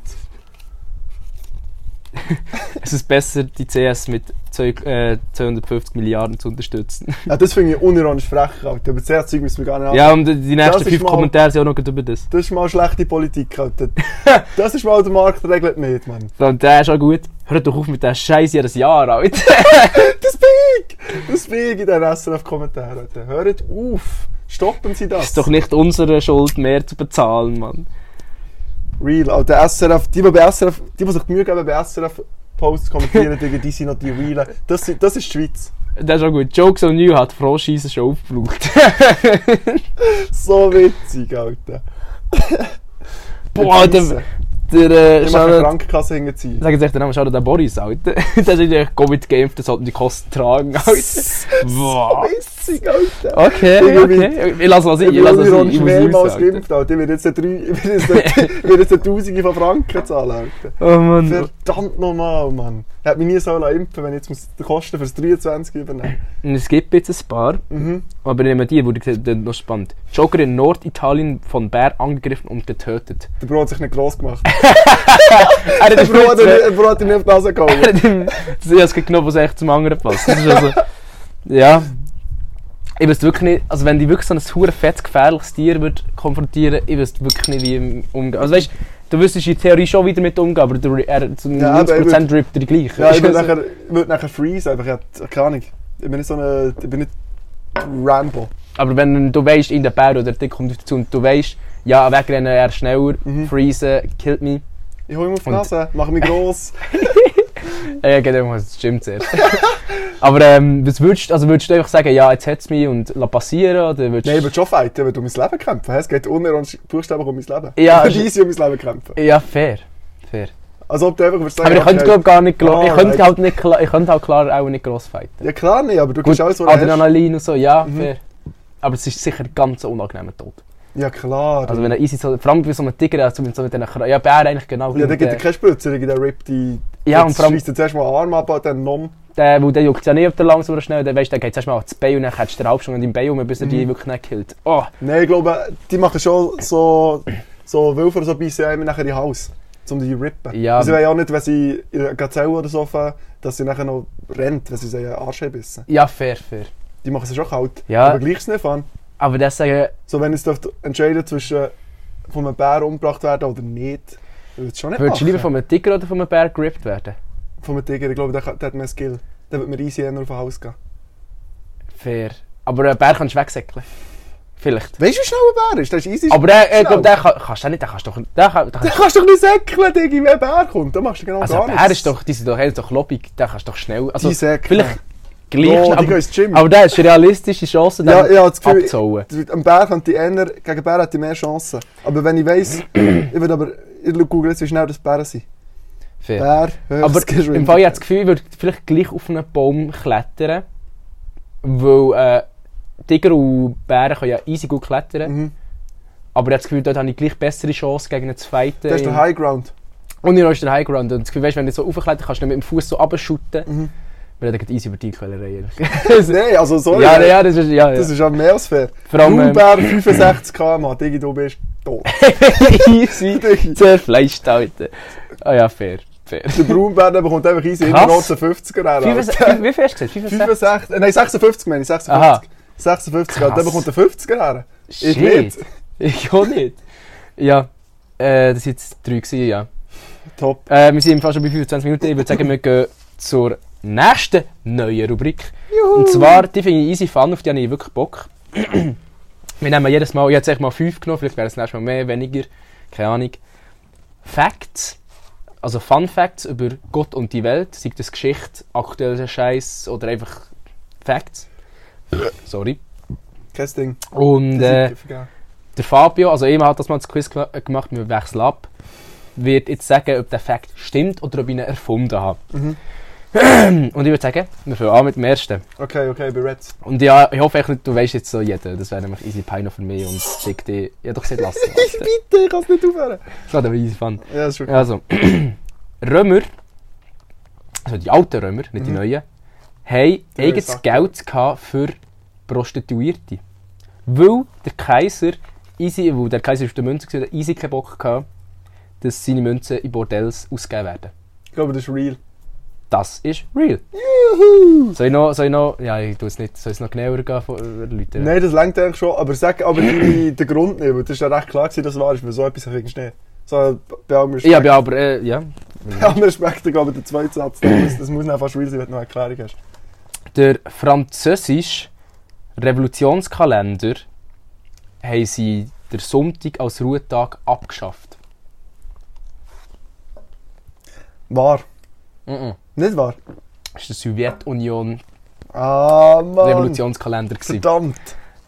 es ist besser, die CS mit zwei, äh, 250 Milliarden zu unterstützen.
Ja, das finde ich unironisch frech, Alter. Aber das Zeug müssen wir gar nicht
ja, und die nächsten
ist
fünf
mal-
Kommentare sind auch noch gut über das.
Das ist mal schlechte Politik, Alter. Das ist mal der Markt regelt nicht, Mann.
Und der ist auch gut. Hört doch auf mit diesem Scheiß jedes Jahr, Alter.
Das bin ich! Das bin ich in den SRF-Kommentaren, Alter. Hört auf! Stoppen Sie das!
ist doch nicht unsere Schuld, mehr zu bezahlen, Mann.
Real, Alter. SRF, die, die bei SRF, die, die sich die Mühe geben, bei SRF-Posts kommentieren, Digga, die sind noch die Realen. Das, sind- das ist die Schweiz.
Der ist auch gut. Jokes on You hat Froschscheiße schon aufgebraucht.
So witzig, Alter.
Boah, der.
Preise.
der äh,
Ich mache eine
Shoutout-
Krankenkasse hingezogen.
Sag jetzt echt den Namen, schau dir den Boris, Alter. Das ist eigentlich Covid-Geimpft, das sollten die Kosten tragen, Alter. Wow.
Witzig, Alter.
Okay,
Irgendwie-
okay. Ich lass was
Ich
also ich, ich
bin
lass was ich.
unironisch
Ich muss
mehrmals
raus, Alter.
geimpft, Alter. Ich werde jetzt eine drei- ich werde jetzt eine- ich werde jetzt eine Tausende von Franken zahlen, Alter.
Oh Mann.
Verdammt nochmal, Mann. Ich hätte mich nie so impfen lassen, wenn ich jetzt muss die Kosten fürs 23 übernehmen
Und Es gibt jetzt ein paar,
Mhm.
aber nehmen die, wurde gesagt, das ist noch spannend. Jogger in Norditalien von Bär angegriffen und getötet.
Der Bro hat sich nicht gross gemacht.
Er hat
Der
den
Bro hat,
Spritz,
ihn-
äh,
der Bro hat ihn nicht auf die Nase
er
gehauen.
hat ihm- ich habe es genommen, was echt zum anderen passt. Das ist also, ja. Ich weiß wirklich nicht, also wenn die wirklich so ein hure fettes, gefährliches Tier wird konfrontieren, ich weiß wirklich nicht, wie im umgehen. Also weißt, du wüsstest in der Theorie schon, wie damit umgehen, aber der, er, zu
Ja, aber ich
90% rippt er gleich.
Ja, ich würde nachher, ich würde nachher freeze, einfach. Ich hab keine Ahnung. Ich bin nicht so eine, ich bin nicht Rambo.
Aber wenn du weißt, in der Bär oder der kommt auf dich zu und du weißt, ja, wegrennen, er ist schneller,
Mhm.
freezen, killt mich.
Ich hole ihm auf die
Und-
Nase, mache mich gross. Mhm.
Äh, Ja, genau, das stimmt sehr. aber ähm, was würdest, du- also würdest du einfach sagen, ja, jetzt hat es mich und lass passieren? Oder würdest
Nein, ich würde schon fighten, wenn du um mein Leben kämpfen. Es geht unironisch buchstäblich um mein Leben.
Ja,
Ich würde easy um mein Leben kämpfen.
Ja, fair. fair.
Also ob du einfach würdest sagen,
Aber ich könnte glaub, gar nicht, glo- ich
Ah,
könnte
right.
halt nicht, kla- ich könnte halt klar auch nicht gross fighten.
Ja klar nicht, aber du
Gut, Ah,
kannst alles, was du hast. Mhm.
Adrenalin und so, ja, fair. Aber es ist sicher ein ganz unangenehmer Tod.
Ja klar.
Also wenn er easy so, vor allem bei so einem Tiger, also mit so mit einer Kra Ja, Bär eigentlich genau.
ja,
mit,
dann gibt
äh,
er keine Spritze, dann gibt er Rip die...
Ja, und vor allem-
Schreist zuerst mal den Arm ab, dann nom.
Der, weil der juckt ja nicht, ob der langsam oder schnell. Der, weißt, der geht zuerst mal ans Bein und dann hättest du den Halbstunde an deinem Bein um, bis er
Mhm.
die wirklich nicht killt. Oh,
Nein, ich glaube, die machen schon so, so Wölfer so beißen einem nachher in den Hals, um die zu rippen.
Ja.
Also ich will ja auch nicht, wenn sie in einer Gazelle oder so fahren, dass sie nachher noch rennt, wenn sie sich einen Arsch bissen.
ja, fair, fair.
Die machen sie schon kalt.
Ja.
Aber gleich ist es nicht an.
Aber das sagen,
So, wenn es dürfte entscheiden zwischen von einem Bär umgebracht werden oder nicht, würde es schon nicht
würdest du lieber
machen.
von einem Tiger oder von einem Bär gerippt werden?
Von einem Tiger, ich glaube, der, kann- der hat mehr Skill. Der wird mir easy eher auf den Hals gehen.
Fair. Aber einen Bär kannst du wegsäckeln. Vielleicht.
Weißt du, wie schnell ein Bär ist? Der ist easy.
Aber der, ich
schnell.
glaube, der kann, kannst du auch nicht, der kannst doch, der kann, der
Den
kann,
kannst du doch nicht säckeln, Digi, wenn ein Bär kommt. Dann machst du genau
also
gar
ein
nichts.
Bär ist doch, die sind doch, die sind doch lobby, der kannst doch schnell, also
Die säckeln.
vielleicht gleich,
Bro, die
aber,
gehen ins Gym.
aber der ist realistische Chance,
Ja,
den
ich habe das Gefühl,
abzuhauen.
Ein Bär könnte ich eher, gegen einen Bär hätte ich mehr Chancen. Aber wenn ich weiss, ich würde aber, ich google jetzt, wie schnell das Bären sind.
Fair.
Bär, höchste
Aber im
Geschwindigkeit.
Fall, ich habe das Gefühl, ich würde vielleicht gleich auf einen Baum klettern, weil äh, Tiger und Bären können ja easy gut klettern,
Mhm.
aber ich habe das Gefühl, dort habe ich gleich bessere Chance gegen einen Zweiten.
Das ist der
im-
Highground.
Und ich ist der Highground. Und das Gefühl, weißt, wenn du so aufklettern kannst, du nicht mit dem Fuß so abschütten.
Mhm.
Wir hätten easy über die Quälerei.
Nein, also sorry.
ja, ja, das ist ja. ja.
Das ist ja mehr als fair.
Vor allem, ähm,
Bär 65 km, Digi, du bist tot.
easy.
Digi.
Zerfleischt, Alter. Ah ja, fair. fair.
Der Braunbär der bekommt einfach easy
Krass.
immer noch zu 50er her. Alter.
65, wie viel hast du gesagt? 65?
65, nein 56 meine ich, 56.
Aha.
56, Alter,
Ah. Krass.
der bekommt den 50er her. Ich
Shit.
nicht.
Ich auch nicht. Ja, äh, das waren jetzt drei, gewesen, ja.
Top.
Äh, wir sind im Fall schon bei 25 Minuten. Ich würde sagen, wir gehen zur nächsten neuen Rubrik. Und zwar, die finde ich easy fun, auf die habe ich wirklich Bock. wir nehmen jedes Mal, ich habe jetzt eigentlich mal 5 genommen, vielleicht wäre es nächstes Mal mehr, weniger, keine Ahnung. Facts, also Fun Facts über Gott und die Welt, sei das Geschichte, aktueller Scheiß oder einfach Facts. Sorry.
Kein Ding.
Und äh,
Das ist egal.
der Fabio, also immer hat das mal das Quiz gema- äh, gemacht, wir wechseln ab, wird jetzt sagen, ob der Fakt stimmt oder ob ich ihn erfunden habe.
Mhm.
Und ich würde sagen, wir fangen an mit dem ersten.
Okay, okay, ich bin ready.
Und ja, ich hoffe, echt, du weißt jetzt so jeden. Das wäre nämlich easy peino für mich und dick dich. Ja, doch, seht lassen. Alter.
Bitte, ich kann es nicht aufhören.
Das war aber easy fun.
Ja, das ist wirklich.
Also, Römer, also die alten Römer, nicht die
Mhm.
neuen, haben
neuen
eigenes
Sachen.
Geld gehabt für Prostituierte. Weil der Kaiser, easy, weil der Kaiser auf der Münze war, hat easy keinen Bock gehabt, dass seine Münzen in Bordells ausgegeben werden.
Ich glaube, das ist real.
Das ist real.
Juhu!
Soll ich noch, soll ich noch, ja, ich tue es nicht, soll ich es noch genauer gehen, äh, von- erläutern?
Nein, das lenkt eigentlich schon, aber sag aber die, den Grund nicht, weil das ist ja recht klar gewesen, dass es wahr ist, weil so etwas kriegst du nicht. So, bei allem Respekt,
Ja, aber- aber, äh, ja.
bei allem Respekt, ich glaube, der zweite Satz, das muss, das muss dann fast real sein, wenn du noch eine Erklärung hast.
Der französische Revolutionskalender haben sie den Sonntag als Ruhetag abgeschafft.
Wahr.
Mhm.
Nicht wahr?
Das war der Sowjetunion
Ah, Mann.
Revolutionskalender. gewesen.
Verdammt.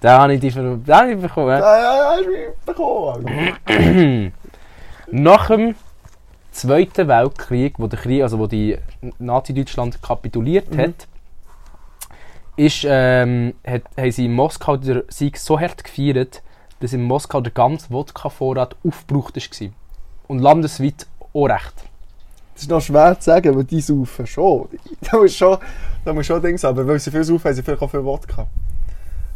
Den habe ich, die ver- den habe ich bekommen.
Ja, ja, ja, ich bin bekommen. Alter.
Nach dem Zweiten Weltkrieg, wo, der Krieg, also wo die Nazi-Deutschland kapituliert hat, ist, ähm, hat, haben sie in Moskau den Sieg so hart gefeiert, dass in Moskau der ganze Wodka-Vorrat aufgebraucht war. Und landesweit auch recht.
Das ist noch schwer zu sagen, weil die saufen schon. Da muss schon, da muss schon Dings haben, aber weil sie viel saufen, haben sie vielleicht auch viel Wodka.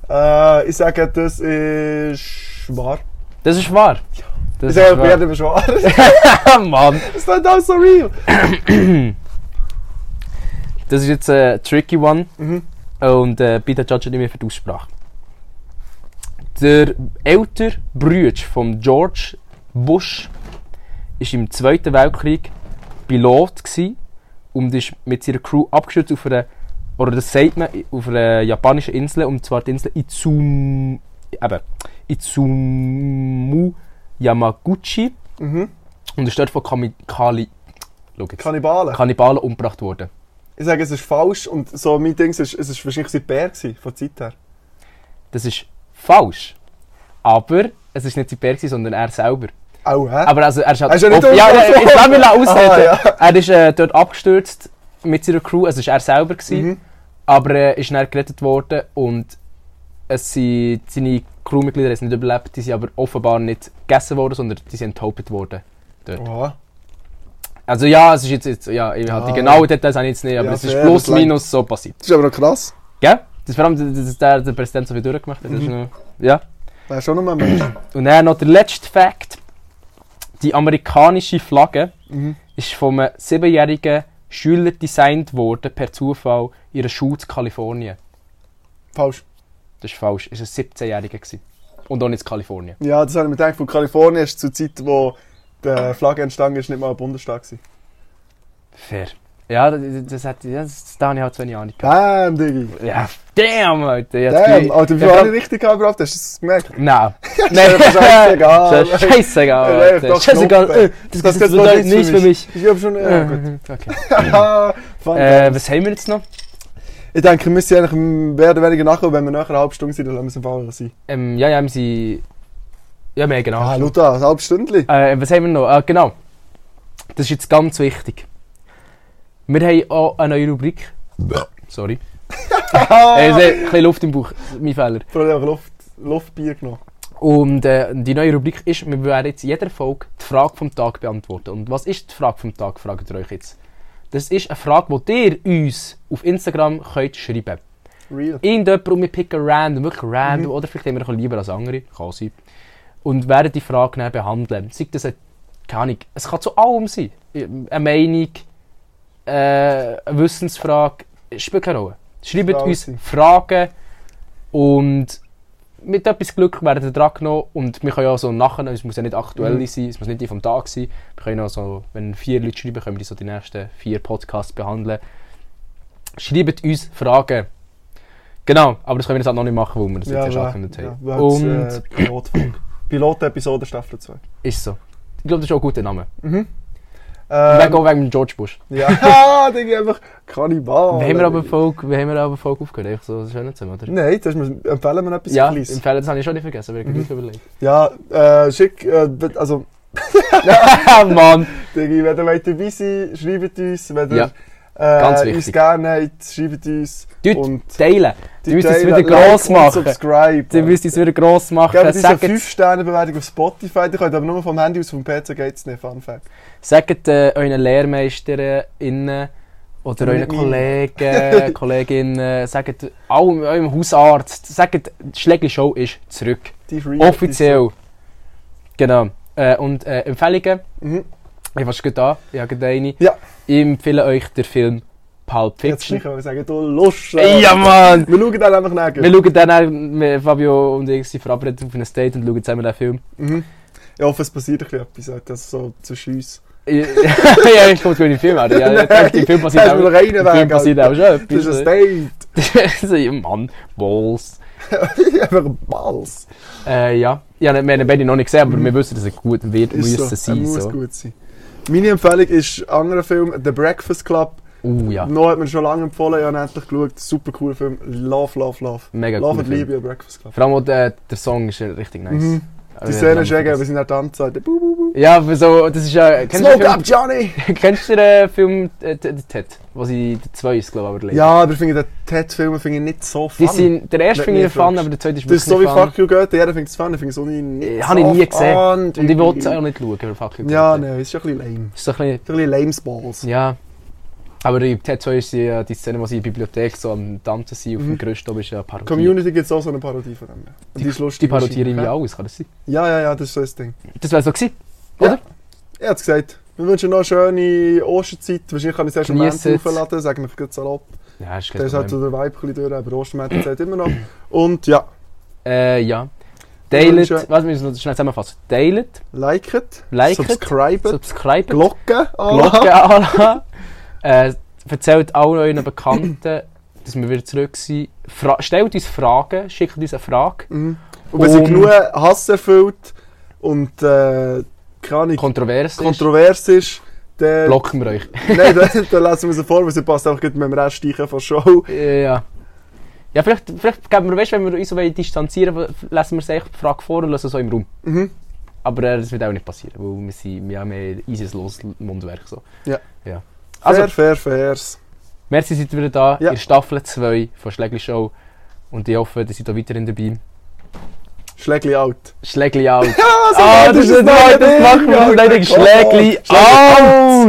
Äh, ich sage, das ist wahr.
Das ist wahr. Das
Ich
ist
sage, bei
wahr.
jedem ist wahr.
Ah, Mann.
Das ist nicht alles so real.
Das ist jetzt ein tricky one.
Mhm.
Und äh, bitte judge nicht mehr für die Aussprache. Der ältere Bruder von George Bush war im Zweiten Weltkrieg Pilot gsi und ist mit seiner Crew abgestürzt auf einer, oder das sagt man, auf einer japanischen Insel, und zwar die Insel Izum, eben, Izumu Yamaguchi.
Mhm.
Und ist dort von Kamikali, schau jetzt,
Kannibalen.
Kannibalen umgebracht worden.
Ich sage, es ist falsch und so mein Ding ist, es ist wahrscheinlich sein Bär gewesen, von der Zeit her.
Das ist falsch. Aber es ist nicht sein Bär, gewesen, sondern er selber.
Auch, hä?
Aber also, er ist halt
Er ist ja nicht
ja, ja,
umgekommen.
jetzt lass mich mal ausreden.
Aha, ja.
Er ist äh, dort abgestürzt mit seiner Crew. Also, Es war er selber. Gewesen,
Mhm.
Aber er äh, ist dann gerettet worden und es sind, seine Crewmitglieder haben es nicht überlebt. Die sind aber offenbar nicht gegessen worden, sondern die sind enthauptet worden.
Oha.
Also ja, es ist jetzt, jetzt ja, ich hatte
Ah.
die genauen Details habe ich jetzt nicht, aber
Ja,
es ist
fair,
plus
das langt.
minus so passiert.
Das ist aber noch krass.
Gell? Das, vor allem, dass dass der, der Präsident so viel durchgemacht hat. Das
Mhm.
ist noch, ja.
Wäre schon noch ein Mensch.
Und dann noch der letzte Fakt. Die amerikanische Flagge
Mhm.
ist von einem siebenjährigen Schüler designt worden, per Zufall, in einer Schule in Kalifornien.
Falsch.
Das ist falsch. Es war ein 17-Jähriger. gewesen. Und auch nicht in Kalifornien.
Ja, das habe ich mir gedacht. Von Kalifornien ist zur Zeit, wo die Flagge entstanden ist, nicht mal ein Bundesstaat. Gewesen.
Fair. Ja, das, das, hat, ja, das, da habe ich halt zu wenig Ahnung.
Damn, Diggi.
Ja, damn, Alter. Jetzt
Damn, Alter, wie war
ich...
ich richtig angebracht? Hast du das gemerkt?
Nein.
ist einfach scheißegal.
Das ist scheißegal,
Ja,
Alter.
doch,
Scheißegal.
Knoppe.
äh, Das, das, das,
war
bedeutet nichts für mich.
Ich glaube schon, ja, gut.
Äh, okay.
Fun
äh,
fact.
was haben wir jetzt noch?
Ich denke, wir müssen eigentlich mehr oder weniger nachher, wenn wir nachher eine halbe Stunde sind, dann lassen wir es im Fall sein.
Ähm, ja, ja, wir sind... Ja, mehr genau.
Ah, Luta, ein halbes Stündchen.
Äh, was haben wir noch? Äh, genau. Das ist jetzt ganz wichtig. Wir haben auch eine neue Rubrik. Sorry. Äh, es ist ein bisschen Luft im Bauch. Mein Fehler.
Ich habe Luft, Luftbier genommen.
Und äh, die neue Rubrik ist, wir werden jetzt in jeder Folge die Frage vom Tag beantworten. Und was ist die Frage vom Tag, fragt ihr euch jetzt. Das ist eine Frage, die ihr uns auf Instagram könnt schreiben
Real.
Irgendjemand und wir picken random, wirklich random, oder vielleicht haben wir ein lieber als andere, kann sein. Und werden die Frage dann behandeln. Sei das eine, keine Ahnung, es kann zu allem sein. Eine Meinung, äh, eine Wissensfrage, spielt keine Rolle. Schreibt
Alles
uns
sein.
Fragen und mit etwas Glück werden wir dran genommen und wir können ja so nachher, es muss ja nicht aktuell
Mhm.
sein, es muss nicht die vom Tag sein, wir können auch so, wenn vier Leute schreiben, können wir die so die nächsten vier Podcasts behandeln. Schreibt uns Fragen. Genau, aber das können wir jetzt halt noch nicht machen, weil wir das jetzt erst angekündigt haben.
wir
und
haben jetzt, äh, Pilotfolge. Pilotepisode Staffel 2.
ist so. Ich glaube, das ist auch ein guter Name. Ähm,
Ähm,
wegen, auch wegen George Bush.
ja, Diggi, einfach Kannibal.
wir haben aber Folge, wir haben aber Folge aufgehört, einfach so, das ist ja nicht so, oder?
oh, Nein, das ist, mir- empfehlen wir etwas
Ja, im
Kleines.
Fall, das habe ich schon nicht vergessen, aber ich habe mhm. überlegt.
Ja, äh, schick, äh, also,
Ah, Mann!
Digi, wenn ihr wollt dabei sein schreibt uns. Wenn ihr
Ja,
äh,
ganz
uns
wichtig.
gerne habt, schreibt uns.
Dort
und
teilen! Die müssen es
teilen,
wieder
like
gross
und
machen!
subscribe.
Die müssen es wieder gross
Gebt
machen!
uns eine
Sagt,
5-Sterne-Bewertung auf Spotify. Ihr könnt aber nur vom Handy aus, vom PC geht's nicht. Fun Fact.
sagt äh, euren LehrmeisterInnen
Nicht
oder
mir.
euren Kollegen, Kolleginnen, sagt allem, eurem Hausarzt, sagt, die Schlägershow ist zurück.
Die ist real,
Offiziell. Genau. Äh, und äh, Empfehlungen.
die ist- Mhm.
Ich fasse gut an. Ich habe gerade eine.
Ja.
Ich empfehle euch den Film Pulp
Jetzt
Fiction.
nicht, aber sagen, du Lust. äh,
Ja, Mann!
Wir schauen dann einfach nach.
Wir schauen dann, auch- wir- Fabio und ich sind verabredet auf einen Date und schauen zusammen den Film.
Mhm. Ich hoffe, es passiert ein bisschen etwas. halt, Das so zwischen uns.
Ich- ja, ich komme zu einem Film an. Ja, ich denke, im Film passiert
hast mir
auch,
noch einen
im
Weg,
Film passiert
Alter.
auch schon etwas.
Das ist ein Date.
So, ja, Mann, Balls.
Einfach Balls.
Äh, ja. ja, wir haben ihn beide noch nicht gesehen, aber wir wissen, dass er gut wird,
Mhm. Ist
müssen
so.
sein.
Er muss
So.
gut sein. Meine Empfehlung ist ein anderer Film, The Breakfast Club.
Uh, ja.
Noch hat man schon lange empfohlen, ich habe ihn endlich geschaut. Super cooler Film. Love, love, love.
Mega
love
cooler
und
Film.
Liebe, ja, Breakfast Club.
Vor allem auch der, der Song ist richtig nice.
Mhm.
Aber
Die
ich
Szene
hab
ist
den Namen
egal, wir sind halt an der Tanzzeit. Bu, bu, bu.
vergessen. Ja, aber so, das ist ja. Kennst du den
Smoke
Film,
up, Johnny!
kennst du den Film äh, Ted, Ted, wo sie der zwei ist, glaube ich, aber leider.
Ja, aber ich finde den Ted-Film finde ich nicht so fun.
Die sind, der erste
Wenn
finde ich
mir
fun,
fragst.
aber der zweite ist
das
wirklich
ist so wie
nicht fun.
Fuck You Goethe, jeder findet es fun, ich finde es auch nie-
Äh,
nicht
Habe ich
so
nie gesehen.
fun.
Und ich wollte es auch nicht schauen, weil fuck you.
Ja, ne.
Gott.
nein, ist schon ein bisschen lame.
Ist so ein bisschen,
Ist ein bisschen lames Balls.
ja. Aber in Ted 2 ist ja die Szene, wo sie in der Bibliothek so am Dampfen sind, auf
Mhm.
dem Gerüst oben ist ja Parodie.
Community gibt es auch so eine Parodie von dem. Und die ist lustig.
Die parodieren irgendwie
ja.
alles, kann das sein?
Ja, ja, ja, das ist so das Ding.
Das wäre so gewesen.
Er hat gesagt, wir wünschen noch eine schöne Osterzeit. Wahrscheinlich kann ich es erst am
Genießt
Ende
es.
aufladen, sagen wir gleich salopp.
Ja, ist
Der
kein
ist halt so
Problem.
der Vibe ein bisschen durch, aber Ostermäntel zählt immer noch. Und ja,
Äh, ja.
Wir
Teilt,
wünschen-
was müssen wir noch schnell zusammenfassen? Teilt,
liket,
Liket,
subscribet,
subscribe,
Glocke
Glocke
an.
anlassen. äh, erzählt allen euren Bekannten, dass wir wieder zurück sind. Fra stellt uns Fragen, schickt uns eine Frage.
Mhm. Und wenn sie
Und-
genug Hass erfüllt und äh, keine Ahnung,
Kontrovers ist,
kontrovers ist, dann,
blocken wir euch.
nein, dann, dann lassen wir sie vor, weil sie passt einfach gut mit dem Rest ein von der Show.
ja. Ja, vielleicht, vielleicht geben wir, weißt, wenn wir uns so wollen distanzieren wollen, lassen wir es echt die Frage vor und lassen es so im Raum.
Mhm.
Aber äh, das wird auch nicht passieren, weil wir, sind, wir haben ein eises Los Mundwerk. So.
Ja.
ja. Also,
Fair, fair, fairs.
merci, seid ihr wieder da
Ja.
in Staffel 2 von Schlägli Show. Und ich hoffe, ihr seid auch weiterhin dabei.
Schlägli out.
Schlägli out!
Ah, so
Ah,
weit
das ist
es
ein
noch
neues
nicht.
Machen!
Alter,
Nein,
komm,
Schlägli out!